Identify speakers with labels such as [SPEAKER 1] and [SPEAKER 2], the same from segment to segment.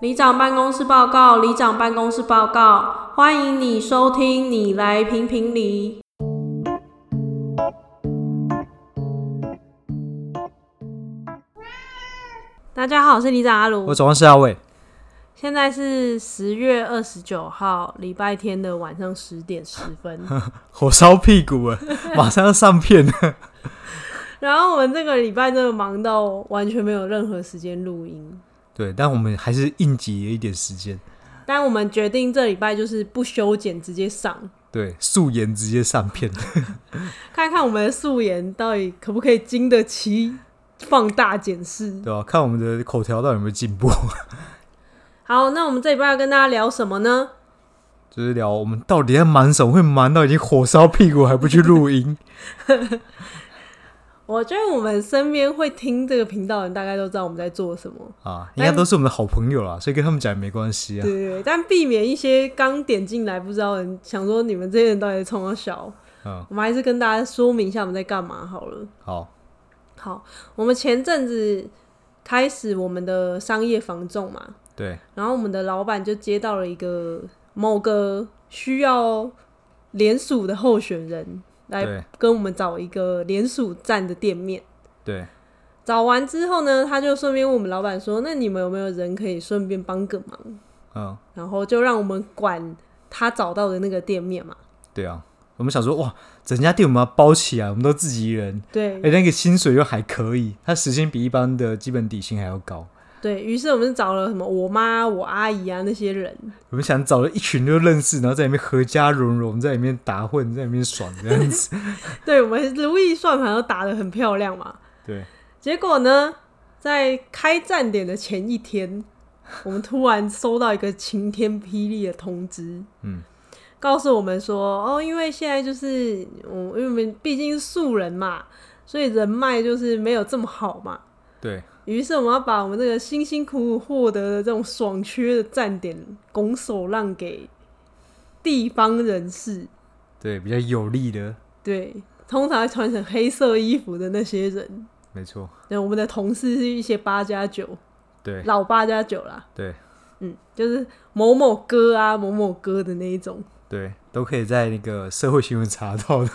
[SPEAKER 1] 里长办公室报告，里长办公室报告，欢迎你收听，你来评评理。大家好，我是里长阿
[SPEAKER 2] 我
[SPEAKER 1] 卢，
[SPEAKER 2] 早上是阿伟，
[SPEAKER 1] 现在是十月二十九号礼拜天的晚上十点十 分。
[SPEAKER 2] 火烧屁股了， 马上要上片 了。
[SPEAKER 1] 然后我们这个礼拜真的忙到完全没有任何时间录音，
[SPEAKER 2] 对，但我们还是应急了一点时间，
[SPEAKER 1] 但我们决定这礼拜就是不修剪直接上，
[SPEAKER 2] 对，素颜直接上片。
[SPEAKER 1] 看看我们的素颜到底可不可以经得起放大检视。
[SPEAKER 2] 对吧、看我们的口条到底有没有进步，
[SPEAKER 1] 好，那我们这礼拜要跟大家聊什么呢？
[SPEAKER 2] 就是聊我们到底在忙什么，会忙到已经火烧屁股还不去录音。
[SPEAKER 1] 我觉得我们身边会听这个频道的人，大概都知道我们在做什么，
[SPEAKER 2] 啊，应该都是我们的好朋友啦，所以跟他们讲也没关
[SPEAKER 1] 对
[SPEAKER 2] 系啊。
[SPEAKER 1] 对对。但避免一些刚点进来不知道的人想说你们这些人到底在冲多小，
[SPEAKER 2] 嗯，
[SPEAKER 1] 我们还是跟大家说明一下我们在干嘛好了。
[SPEAKER 2] 好，
[SPEAKER 1] 好，我们前阵子开始我们的商业房仲嘛，
[SPEAKER 2] 对，
[SPEAKER 1] 然后我们的老板就接到了一个某个需要联署的候选人来
[SPEAKER 2] 对
[SPEAKER 1] 跟我们找一个联署站的店面。
[SPEAKER 2] 对，
[SPEAKER 1] 找完之后呢，他就顺便问我们老板说：“那你们有没有人可以顺便帮个忙
[SPEAKER 2] 嗯，？”
[SPEAKER 1] 然后就让我们管他找到的那个店面嘛。
[SPEAKER 2] 对啊。我们想说，哇，整家店我们要包起来，我们都自己人，
[SPEAKER 1] 对
[SPEAKER 2] 哎、那个薪水又还可以，他时薪比一般的基本底薪还要高。
[SPEAKER 1] 对于是，我们就找了什么我妈、我阿姨啊那些人，
[SPEAKER 2] 我们想找了一群就认识，然后在里面合家融融，在里面打混，在里面爽这样子。
[SPEAKER 1] 对我们如意算盘都打得很漂亮嘛。
[SPEAKER 2] 对，
[SPEAKER 1] 结果呢，在开站点的前一天， 我们突然收到一个晴天霹雳的通知，
[SPEAKER 2] 嗯，
[SPEAKER 1] 告诉我们说，哦，因为现在就是我，因为我们毕竟是素人嘛，所以人脉就是没有这么好嘛。
[SPEAKER 2] 对，
[SPEAKER 1] 于是我们要把我们这个辛辛苦苦获得的这种爽缺的站点拱手让给地方人士，
[SPEAKER 2] 对，比较有利的，
[SPEAKER 1] 对，通常穿成黑色衣服的那些人，
[SPEAKER 2] 没错，
[SPEAKER 1] 对，我们的同事是一些八加九。
[SPEAKER 2] 对
[SPEAKER 1] 老八加九啦，
[SPEAKER 2] 对
[SPEAKER 1] 嗯，就是某某哥啊、某某哥的那一种。
[SPEAKER 2] 对，都可以在那个社会新闻查到 的。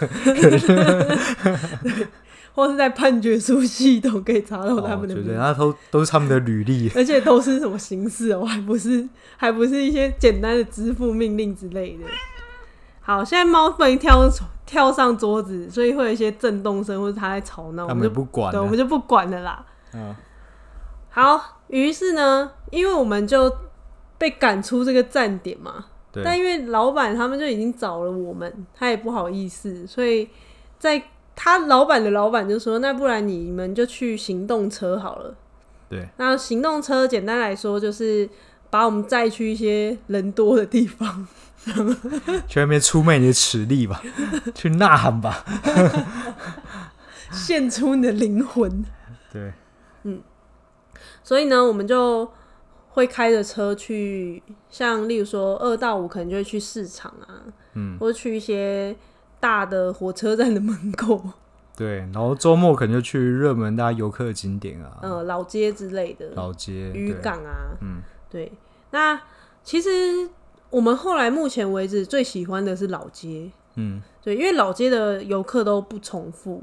[SPEAKER 1] 或是在判决书系统可以查到他
[SPEAKER 2] 哦
[SPEAKER 1] 们的
[SPEAKER 2] 绝
[SPEAKER 1] 名字，
[SPEAKER 2] 对，那都都是他们的履历。
[SPEAKER 1] 而且都是什么形式哦，还不是还不是一些简单的支付命令之类的。好，现在猫不能跳跳上桌子，所以会有一些震动声或者它在吵闹，我
[SPEAKER 2] 他
[SPEAKER 1] 们
[SPEAKER 2] 们也
[SPEAKER 1] 就
[SPEAKER 2] 不管
[SPEAKER 1] 对，我们
[SPEAKER 2] 的，
[SPEAKER 1] 就不管了啦。
[SPEAKER 2] 嗯，
[SPEAKER 1] 好，于是呢，因为我们就被赶出这个站点嘛，但
[SPEAKER 2] 对，
[SPEAKER 1] 因为老板他们就已经找了我们，他也不好意思，所以在他老板的老板就说：“那不然你们就去行动车好了。”
[SPEAKER 2] 对，
[SPEAKER 1] 那行动车简单来说就是把我们载去一些人多的地 方。
[SPEAKER 2] 去那边出卖你的实力 吧，去呐喊吧。
[SPEAKER 1] 献出你的灵魂。
[SPEAKER 2] 对，
[SPEAKER 1] 所以呢，我们就会开着车去，像例如说二到五可能就会去市场啊，
[SPEAKER 2] 嗯，
[SPEAKER 1] 或者去一些大的火车站的门口，
[SPEAKER 2] 对，然后周末可能就去热门大家游客的景点啊，
[SPEAKER 1] 呃，老街之类的。
[SPEAKER 2] 老街、
[SPEAKER 1] 渔
[SPEAKER 2] 对，
[SPEAKER 1] 港啊，
[SPEAKER 2] 嗯，
[SPEAKER 1] 对。那其实我们后来目前为止最喜欢的是老街，
[SPEAKER 2] 嗯，
[SPEAKER 1] 对，因为老街的游客都不重复，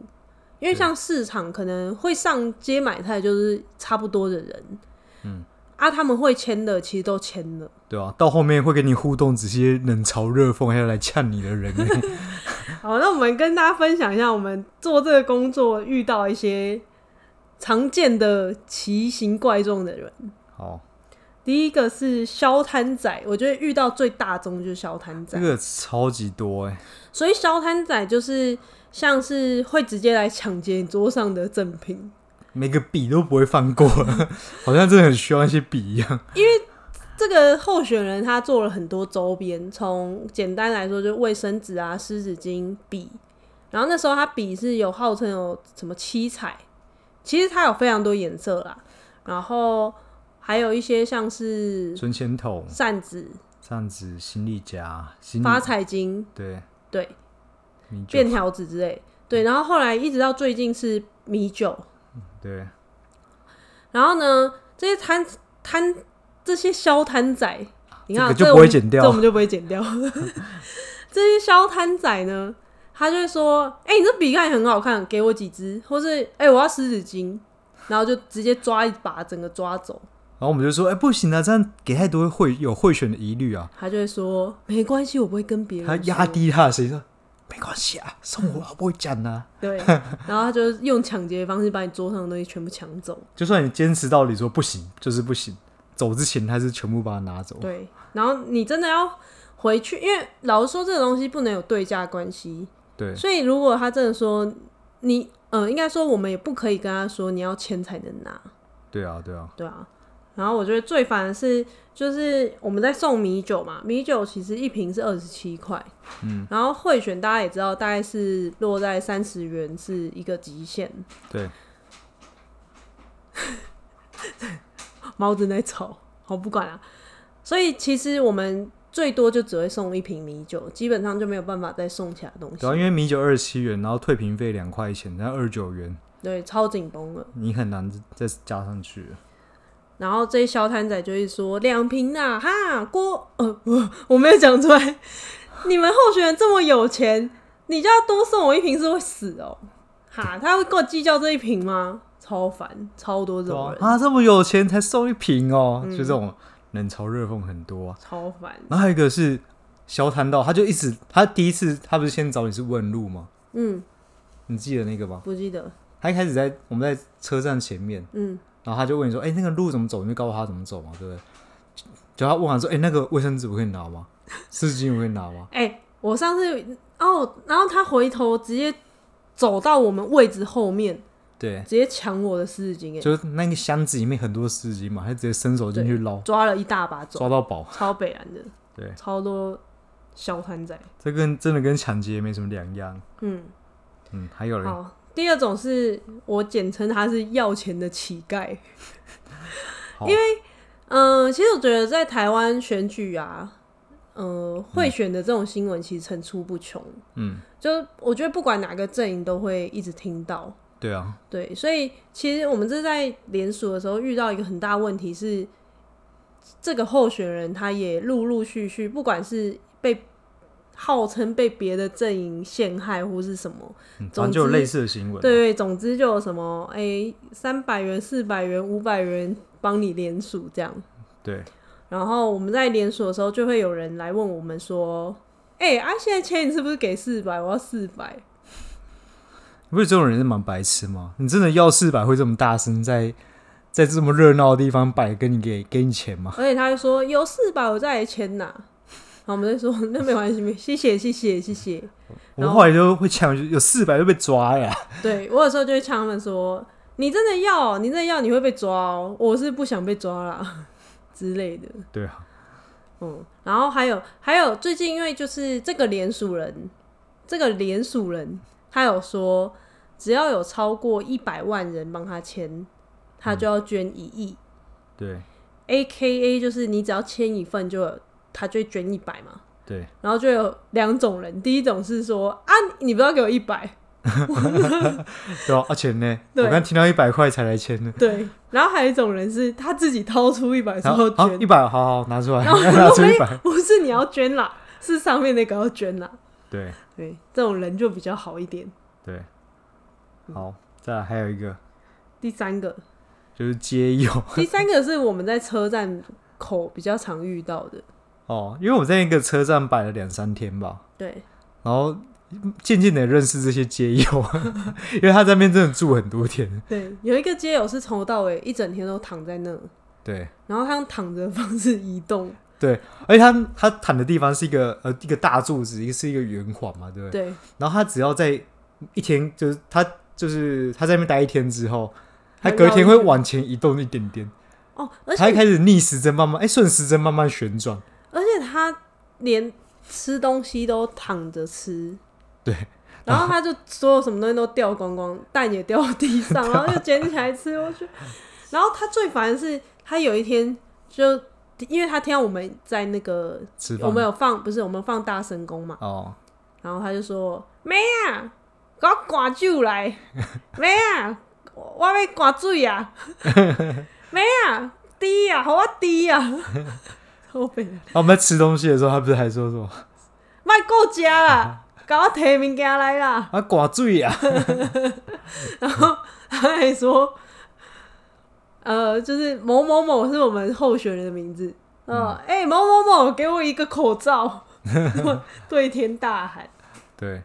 [SPEAKER 1] 因为像市场可能会上街买菜就是差不多的人，
[SPEAKER 2] 嗯，
[SPEAKER 1] 啊，他们会签的其实都签了，
[SPEAKER 2] 对啊，到后面会跟你互动，直接冷嘲热讽，还有来呛你的 人欸。
[SPEAKER 1] 好，那我们跟大家分享一下，我们做这个工作遇到一些常见的奇形怪状的人。
[SPEAKER 2] 好，
[SPEAKER 1] 第一个是消摊仔，我觉得遇到最大宗就是消摊仔
[SPEAKER 2] 这。个超级多哎、
[SPEAKER 1] 所以消摊仔就是像是会直接来抢劫你桌上的赠品，
[SPEAKER 2] 每个笔都不会放过，好像真的很需要那些笔一样。
[SPEAKER 1] 这个候选人他做了很多周边，从简单来说就卫生纸啊、湿纸巾、笔，然后那时候他笔是有号称有什么七彩，其实它有非常多颜色啦，然后还有一些像是
[SPEAKER 2] 存钱筒、
[SPEAKER 1] 扇子、
[SPEAKER 2] 扇子、行李夹、行李
[SPEAKER 1] 发财金、
[SPEAKER 2] 对
[SPEAKER 1] 对
[SPEAKER 2] 米酒
[SPEAKER 1] 便条纸之类，对，然后后来一直到最近是米酒，
[SPEAKER 2] 对
[SPEAKER 1] 然后呢，这些摊摊这些消摊仔，你看啊、
[SPEAKER 2] 这个就
[SPEAKER 1] 这
[SPEAKER 2] 不会
[SPEAKER 1] 我们
[SPEAKER 2] 剪掉
[SPEAKER 1] 这我们就不会剪掉。 这些消摊仔呢，他就会说：“哎、你这笔盖很好看，给我几支，或是哎、我要湿纸巾。”然后就直接抓一把，整个抓走。
[SPEAKER 2] 然后我们就说，哎、不行啊，这样给太多会有贿选的疑虑啊。
[SPEAKER 1] 他就会说：“没关系，我不会跟别人。”
[SPEAKER 2] 他压低他的声音说，没关系啊，送我啊，不会讲啊。
[SPEAKER 1] 对，然后他就用抢劫的方式把你桌上的东西全部抢走。
[SPEAKER 2] 就算你坚持到底说不行，就是不行，走之前他是全部把它拿走。
[SPEAKER 1] 对，然后你真的要回去，因为老实说，这个东西不能有对价关系。
[SPEAKER 2] 对
[SPEAKER 1] 所以如果他真的说你，呃，应该说我们也不可以跟他说你要签才能拿，
[SPEAKER 2] 对啊，对啊，
[SPEAKER 1] 对啊。然后我觉得最烦的是，就是我们在送米酒嘛，米酒其实一瓶是二十七块，嗯，然后贿选大家也知道，大概是落在三十元是一个极限。
[SPEAKER 2] 对，
[SPEAKER 1] 猫正在吵，我不管了、啊所以其实我们最多就只会送一瓶米酒，基本上就没有办法再送其他东西
[SPEAKER 2] 对啊，，因为米酒二十七元，然后退瓶费两块钱，然后二十九元，
[SPEAKER 1] 对，超紧绷了。
[SPEAKER 2] 你很难再加上去了。
[SPEAKER 1] 然后这些小摊仔就会说两瓶啊，哈锅， 呃，我我没有讲出来。你们候选人这么有钱，你就要多送我一瓶是会死哦、哈，他会跟我计较这一瓶吗？超烦，超多这
[SPEAKER 2] 对
[SPEAKER 1] 种
[SPEAKER 2] 啊
[SPEAKER 1] 人，，
[SPEAKER 2] 啊，这么有钱才送一瓶哦，就这种冷嘲热讽很多啊。
[SPEAKER 1] 超烦。
[SPEAKER 2] 然后还有一个是萧谈到，他就一直他第一次他不是先找你是问路吗？
[SPEAKER 1] 嗯，
[SPEAKER 2] 你记得那个吗？
[SPEAKER 1] 不记得，
[SPEAKER 2] 他一开始在我们在车站前面，
[SPEAKER 1] 嗯，
[SPEAKER 2] 然后他就问你说：“哎、那个路怎么走？”你就告诉他怎么走嘛，对不对？就他问完说：“哎、那个卫生纸我可以拿吗？湿纸巾我可以拿吗
[SPEAKER 1] 哎、我上次哦，然后他回头直接走到我们位置后面，？”
[SPEAKER 2] 对，
[SPEAKER 1] 直接抢我的湿纸巾，哎，
[SPEAKER 2] 就是那个箱子里面很多湿纸巾嘛，他直接伸手进去捞，
[SPEAKER 1] 抓了一大把走，
[SPEAKER 2] 抓到宝。
[SPEAKER 1] 超北然的，
[SPEAKER 2] 对，
[SPEAKER 1] 超多小摊仔。
[SPEAKER 2] 这跟真的跟抢劫没什么两样。
[SPEAKER 1] 嗯，
[SPEAKER 2] 嗯，还有人，
[SPEAKER 1] 好，第二种是我简称他是要钱的乞丐，
[SPEAKER 2] 好
[SPEAKER 1] 因为嗯、呃其实我觉得在台湾选举啊，嗯、贿选的这种新闻其实层出不穷，
[SPEAKER 2] 嗯，
[SPEAKER 1] 就是我觉得不管哪个阵营都会一直听到。
[SPEAKER 2] 对啊，
[SPEAKER 1] 对，所以其实我们这在联署的时候遇到一个很大问题是，这个候选人他也陆陆续续，不管是被号称被别的阵营陷害或是什么，
[SPEAKER 2] 嗯，反
[SPEAKER 1] 总
[SPEAKER 2] 正就有
[SPEAKER 1] 之
[SPEAKER 2] 类似的新闻。啊
[SPEAKER 1] 对，对，总之就有什么哎，三百元、四百元、五百元帮你联署这样。
[SPEAKER 2] 对，
[SPEAKER 1] 然后我们在联署的时候，就会有人来问我们说：“哎、啊，现在钱你是不是给四百？我要四百。”
[SPEAKER 2] 你不觉得这种人是蛮白痴吗？你真的要四百会这么大声，在在这么热闹的地方摆，跟你给给你钱吗？
[SPEAKER 1] 而且他就说有四百我再来签呐。然后我们就说 那没关系，没谢谢谢谢谢谢。
[SPEAKER 2] 我
[SPEAKER 1] 然
[SPEAKER 2] 们
[SPEAKER 1] 后
[SPEAKER 2] 后来就会抢，有四百就被抓了。
[SPEAKER 1] 对我有时候就会呛他们说，你真的要，你真的要，你会被抓哦。我是不想被抓啦 之类的。
[SPEAKER 2] 对啊，
[SPEAKER 1] 嗯，然后还有还有最近因为就是这个联署人，这个联署人他有说，只要有超过一百万人帮他签，他就要捐一亿、
[SPEAKER 2] 对
[SPEAKER 1] a K A 就是你只要签一份就有他就会捐一百嘛。
[SPEAKER 2] 对，
[SPEAKER 1] 然后就有两种人，第一种是说啊，你不要给我一百，
[SPEAKER 2] 对啊，而且呢，
[SPEAKER 1] 对
[SPEAKER 2] 我刚听到一百块才来签呢，
[SPEAKER 1] 对，然后还有一种人是他自己掏出一百之
[SPEAKER 2] 然
[SPEAKER 1] 后
[SPEAKER 2] 后好
[SPEAKER 1] 捐
[SPEAKER 2] 一，百，好好拿出来，
[SPEAKER 1] 然后
[SPEAKER 2] 拿出一百，
[SPEAKER 1] 不是你要捐啦，是上面那个要捐啦，
[SPEAKER 2] 对
[SPEAKER 1] 对，这种人就比较好一点。
[SPEAKER 2] 对，
[SPEAKER 1] 嗯
[SPEAKER 2] 好，再来还有一个
[SPEAKER 1] 第三个，
[SPEAKER 2] 就是街友
[SPEAKER 1] 第三个是我们在车站口比较常遇到的，
[SPEAKER 2] 哦，因为我在一个车站摆了两三天吧，
[SPEAKER 1] 对
[SPEAKER 2] 然后渐渐的认识这些街友， 因为他在那边真的住很多天，
[SPEAKER 1] 对，有一个街友是从头到尾一整天都躺在那，
[SPEAKER 2] 对。
[SPEAKER 1] 然后他用躺着的方式移动，
[SPEAKER 2] 而且他他躺的地方是一个呃一个大柱子，一个是一个圆环嘛，对不对？
[SPEAKER 1] 对
[SPEAKER 2] 然后他只要在一天，就是他就是他在那边待一天之后，他
[SPEAKER 1] 他
[SPEAKER 2] 隔
[SPEAKER 1] 绕
[SPEAKER 2] 天
[SPEAKER 1] 一
[SPEAKER 2] 会
[SPEAKER 1] 圈
[SPEAKER 2] 往前移动一点点，
[SPEAKER 1] 哦，而
[SPEAKER 2] 他
[SPEAKER 1] 且
[SPEAKER 2] 会开始逆时针慢慢哎顺时针慢慢旋转，
[SPEAKER 1] 而且他连吃东西都躺着吃，
[SPEAKER 2] 对，
[SPEAKER 1] 然后他就所有什么东西都掉光光，蛋也掉地 上，然后就捡起来吃。我去，然后他最烦的是，他有一天就因为他听到我们在那个
[SPEAKER 2] 吃饭
[SPEAKER 1] 我们有放不是我们放大神功嘛，
[SPEAKER 2] 哦，
[SPEAKER 1] 然后他就说妹啊，给我挂酒 来，妹啊，我我要挂醉啊，妹啊，低呀、好啊 低呀、后背
[SPEAKER 2] 啊我们在吃东西的时候，他不是还说什么
[SPEAKER 1] 卖够家啦，搞我提物件来啦，
[SPEAKER 2] 啊寡醉啊？
[SPEAKER 1] 他还说，呃，就是某某某是我们候选人的名字，呃，哎、某某某给我一个口罩， 对天大喊。
[SPEAKER 2] 对，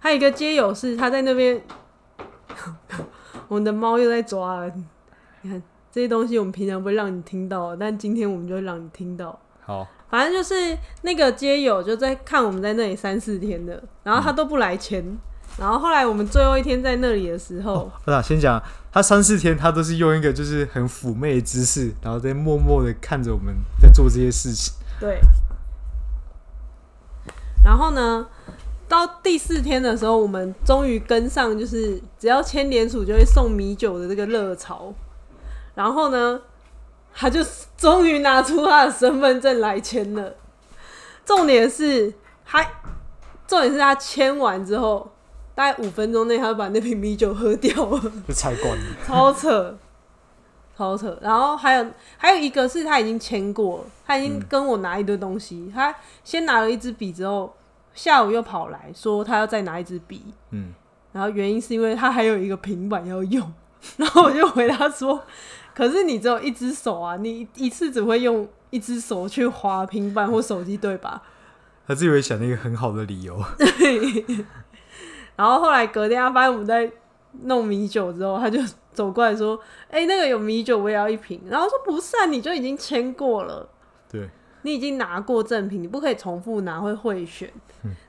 [SPEAKER 1] 还有一个街友是他在那边， 我们的猫又在抓了。你看这些东西，我们平常不会让你听到，但今天我们就会让你听到。
[SPEAKER 2] 好，
[SPEAKER 1] 反正就是那个街友就在看我们在那里三四天的，然后他都不来钱。然后后来我们最后一天在那里的时候，
[SPEAKER 2] 我想先讲，他三四天他都是用一个就是很妩媚的姿势，然后在默默的看着我们在做这些事情。
[SPEAKER 1] 对，然后呢，到第四天的时候，我们终于跟上，就是只要签联署就会送米酒的这个热潮。然后呢，他就终于拿出他的身份证来签了。重点是他，重点是他签完之后，大概五分钟内，他就把那瓶米酒喝掉了。
[SPEAKER 2] 就菜馆了，
[SPEAKER 1] 超扯，超扯。然后还有还有一个是他已经签过了，他已经跟我拿一堆东西，他先拿了一支笔之后，下午又跑来说他要再拿一支笔，
[SPEAKER 2] 嗯，
[SPEAKER 1] 然后原因是因为他还有一个平板要用， 然后我就回他说，可是你只有一只手啊，你一次只会用一只手去划平板或手机，对吧？
[SPEAKER 2] 他自以为想了一个很好的理由，
[SPEAKER 1] 然后后来隔天他发现我们在弄米酒之后，他就走过来说：“哎、那个有米酒，我也要一瓶。”然后我说：“不是啊，你就已经签过了，
[SPEAKER 2] 对，
[SPEAKER 1] 你已经拿过赠品，你不可以重复拿，会贿选。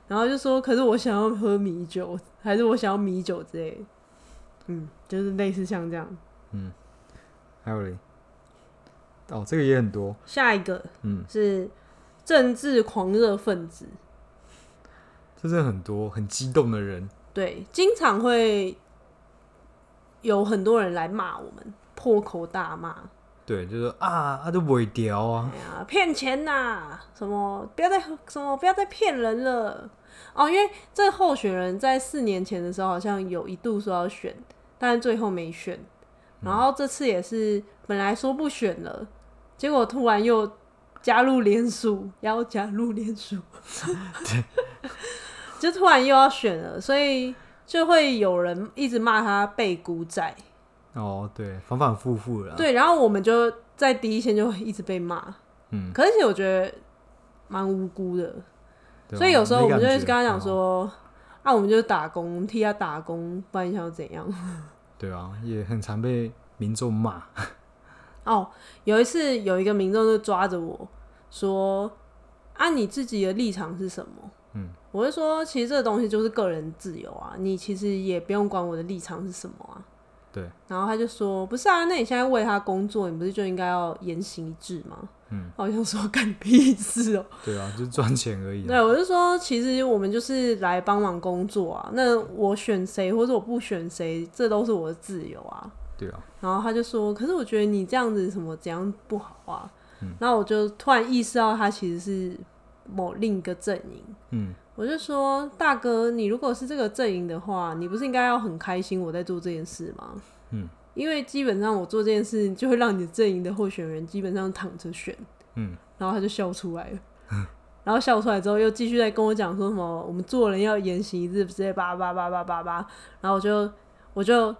[SPEAKER 1] 然后就说：“可是我想要喝米酒，还是我想要米酒之类的。”嗯，就是类似像这样。
[SPEAKER 2] 还有嘞，哦，这个也很多，
[SPEAKER 1] 下一个
[SPEAKER 2] 嗯，
[SPEAKER 1] 是政治狂热分子，
[SPEAKER 2] 这是很多很激动的人，
[SPEAKER 1] 对，经常会有很多人来骂我们，破口大骂。
[SPEAKER 2] 对，就说啊啊都尾屌啊，
[SPEAKER 1] 哎呀，骗钱呐、什么不要再什么不要再骗人了哦，因为这候选人在四年前的时候好像有一度说要选，但是最后没选，然后这次也是本来说不选了，结果突然又加入联署，要加入联署，就突然又要选了，所以就会有人一直骂他被股仔，
[SPEAKER 2] 哦，对，反反复复了，
[SPEAKER 1] 对，然后我们就在第一线就一直被骂。
[SPEAKER 2] 嗯，
[SPEAKER 1] 可是其实我觉得蛮无辜的，
[SPEAKER 2] 对啊
[SPEAKER 1] 所以有时候我们就会
[SPEAKER 2] 没
[SPEAKER 1] 跟
[SPEAKER 2] 感觉哦
[SPEAKER 1] 他讲说，啊，我们就是打工，替他打工，不然你想要怎样？
[SPEAKER 2] 对啊，也很常被民众骂，
[SPEAKER 1] 哦，有一次有一个民众就抓着我说，啊，你自己的立场是什么？
[SPEAKER 2] 嗯，
[SPEAKER 1] 我就说，其实这个东西就是个人自由啊，你其实也不用管我的立场是什么啊。
[SPEAKER 2] 对，
[SPEAKER 1] 然后他就说：“不是啊，那你现在为他工作，你不是就应该要言行一致吗？”
[SPEAKER 2] 嗯，
[SPEAKER 1] 好像说干屁事哦、
[SPEAKER 2] 对啊，就赚钱而已啊、
[SPEAKER 1] 对，我就说，其实我们就是来帮忙工作啊。那我选谁，或者我不选谁，这都是我的自由啊。
[SPEAKER 2] 对啊，
[SPEAKER 1] 然后他就说，可是我觉得你这样子什么怎样不好啊。然后我就突然意识到，他其实是某另一个阵营。
[SPEAKER 2] 嗯，
[SPEAKER 1] 我就说，大哥，你如果是这个阵营的话，你不是应该要很开心我在做这件事吗？
[SPEAKER 2] 嗯，
[SPEAKER 1] 因为基本上我做这件事，就会让你的阵营的候选人基本上躺着选。
[SPEAKER 2] 嗯，
[SPEAKER 1] 然后他就笑出来了。然后笑出来之后，又继续在跟我讲说什么我们做人要言行一致，直接叭叭叭叭叭叭。然后我就我就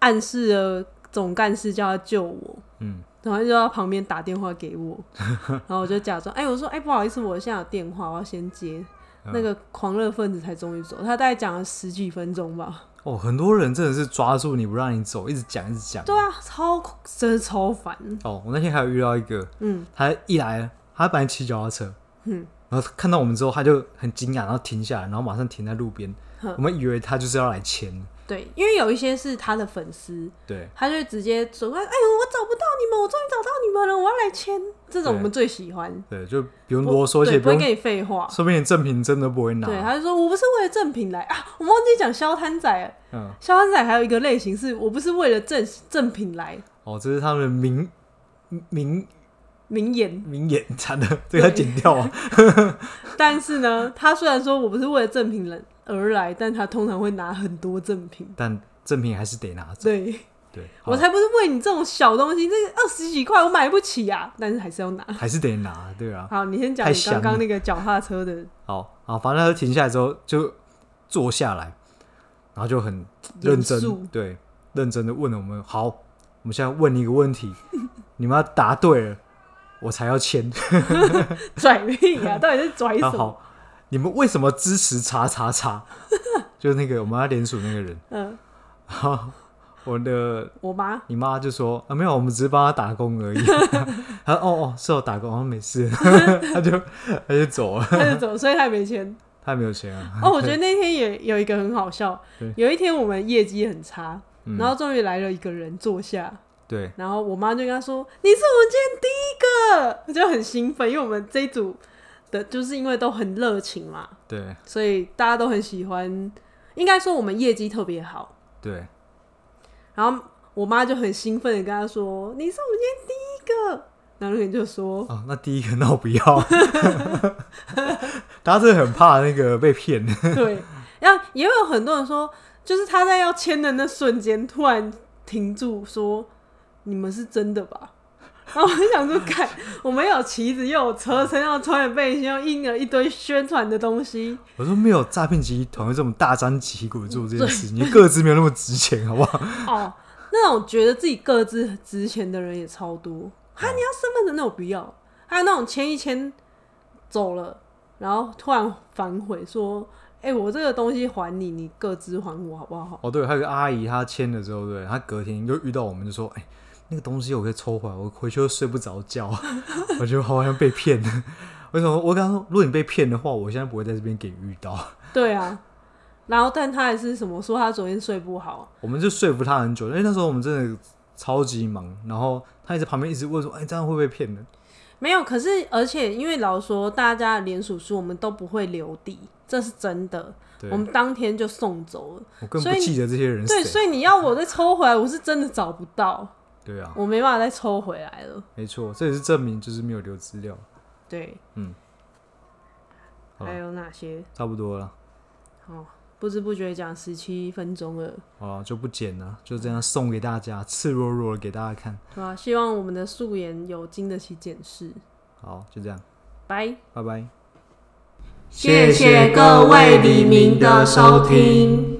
[SPEAKER 1] 暗示了总干事叫他救我，
[SPEAKER 2] 嗯，
[SPEAKER 1] 然后他就到旁边打电话给我， 然后我就假装哎、我说哎、不好意思，我现在有电话，我要先接。
[SPEAKER 2] 嗯
[SPEAKER 1] 那个狂热分子才终于走，他大概讲了十几分钟吧。
[SPEAKER 2] 哦，很多人真的是抓住你不让你走，一直讲一直讲。
[SPEAKER 1] 对啊，超真的超烦。
[SPEAKER 2] 哦，我那天还有遇到一个，
[SPEAKER 1] 嗯，
[SPEAKER 2] 他一来，他本来骑脚踏车，嗯，然后看到我们之后，他就很惊讶，然后停下来，然后马上停在路边。我们以为他就是要来签，
[SPEAKER 1] 对，因为有一些是他的粉丝，
[SPEAKER 2] 对
[SPEAKER 1] 他就会直接走过来，哎呦，我找不到你们，我终于找到你们了，我要来签。这种
[SPEAKER 2] 对嗯
[SPEAKER 1] 我们最喜欢，
[SPEAKER 2] 对，就不用
[SPEAKER 1] 不
[SPEAKER 2] 啰嗦，而
[SPEAKER 1] 对
[SPEAKER 2] 且
[SPEAKER 1] 不
[SPEAKER 2] 不
[SPEAKER 1] 会
[SPEAKER 2] 用，
[SPEAKER 1] 跟你废话。
[SPEAKER 2] 说不定正品真的啊不会拿。
[SPEAKER 1] 对，他就说我不是为了正品来啊，我忘记讲消摊仔了。
[SPEAKER 2] 嗯，
[SPEAKER 1] 消摊仔还有一个类型是我不是为了正正品来，
[SPEAKER 2] 哦，这是他们的名名
[SPEAKER 1] 名言。
[SPEAKER 2] 名言，惨的，这个要剪掉啊。
[SPEAKER 1] 但是呢，他虽然说我不是为了正品来而来，但他通常会拿很多正品。
[SPEAKER 2] 但正品还是得拿走。
[SPEAKER 1] 对，
[SPEAKER 2] 对，哦好
[SPEAKER 1] 我才不是为你这种小东西，这个二十几块我买不起啊，但是还是要拿。
[SPEAKER 2] 还是得拿，对啊。
[SPEAKER 1] 好，你先讲
[SPEAKER 2] 太
[SPEAKER 1] 你
[SPEAKER 2] 香
[SPEAKER 1] 刚刚
[SPEAKER 2] 了
[SPEAKER 1] 那个脚踏车的
[SPEAKER 2] 好啊，反正他就停下来之后就坐下来，然后就很认
[SPEAKER 1] 严肃
[SPEAKER 2] 真，对，认真的问了我们，好，我们现在问你一个问题， 你们要答对了，我才要签。
[SPEAKER 1] 拽屁啊，到底是拽
[SPEAKER 2] 啊
[SPEAKER 1] 什么？
[SPEAKER 2] 好，你们为什么支持叉叉叉？ 就是那个我们要联署那个人，
[SPEAKER 1] 嗯，
[SPEAKER 2] 然后我的
[SPEAKER 1] 我妈
[SPEAKER 2] 你妈就说啊，没有，我们只是帮他打 工而已。他说哦哦，是我打工，哦没事， 他就他就走了，
[SPEAKER 1] 她是走，所以她也没钱。
[SPEAKER 2] 他没有钱啊。
[SPEAKER 1] 哦，我觉得那天也有一个很好笑
[SPEAKER 2] 对，嗯
[SPEAKER 1] 有一天我们业绩很差，然后终于来了一个人坐下，
[SPEAKER 2] 对，
[SPEAKER 1] 然后我妈就跟他说：“你是我们今天第一个。”我就很兴奋，因为我们这一组的就是因为都很热情嘛，
[SPEAKER 2] 对，
[SPEAKER 1] 所以大家都很喜欢。应该说我们业绩特别好，
[SPEAKER 2] 对，
[SPEAKER 1] 然后我妈就很兴奋的跟他说：“你是我们今天第一个。”然后那个人就说
[SPEAKER 2] 哦，那第一个 那我不要，大家真的很怕那个被骗。：“
[SPEAKER 1] 对。”然后也有很多人说，就是他在要签的那瞬间突然停住，说：“你们是真的吧？”然后我就想说， 看，我们有旗子，又有车身，又有穿越背心，又印了一堆宣传的东西，
[SPEAKER 2] 我说没有诈骗集团会这么大张旗鼓做这件事，你个资没有那么值钱，好不好？
[SPEAKER 1] 哦，那种觉得自己各自值钱的人也超多。啊，你要身份证那我不要，还有那种签一签走了，然后突然反悔说：“哎、我这个东西还你，你各自还我好不好
[SPEAKER 2] 哦，对，还有个阿姨，她签了之后，对，她隔天又遇到我们，就说：“哎、那个东西我可以抽回来，我回去又睡不着觉。” 我觉得好像被骗了。为什么？我跟她说，如果你被骗的话，我现在不会在这边给你遇到。？”
[SPEAKER 1] 对啊，然后但他还是什么说他昨天睡不好，
[SPEAKER 2] 我们就说服她很久，因为那时候我们真的超级忙，然后她也在旁边一直问说：“哎、这样会不会被骗的
[SPEAKER 1] 没有。可是而且因为老实说大家的联署书我们都不会留底，这是真的。？”
[SPEAKER 2] 对，
[SPEAKER 1] 我们当天就送走了。
[SPEAKER 2] 我根本不
[SPEAKER 1] 所以
[SPEAKER 2] 记得这些人
[SPEAKER 1] 对，
[SPEAKER 2] 是谁。
[SPEAKER 1] 所以你要我再抽回来，我是真的找不到，
[SPEAKER 2] 对啊，
[SPEAKER 1] 我没办法再抽回来了。
[SPEAKER 2] 没错，这也是证明就是没有留资料，
[SPEAKER 1] 对，
[SPEAKER 2] 嗯，好
[SPEAKER 1] 还有哪些？
[SPEAKER 2] 差不多了。
[SPEAKER 1] 哦，不知不觉讲十七分钟了，
[SPEAKER 2] 好了，就不剪了，就这样送给大家，赤裸裸的给大家看。
[SPEAKER 1] 对吧、希望我们的素颜有经得起检视。
[SPEAKER 2] 好，就这样，
[SPEAKER 1] 拜。
[SPEAKER 2] 拜拜。
[SPEAKER 1] 谢谢各位黎明的收听。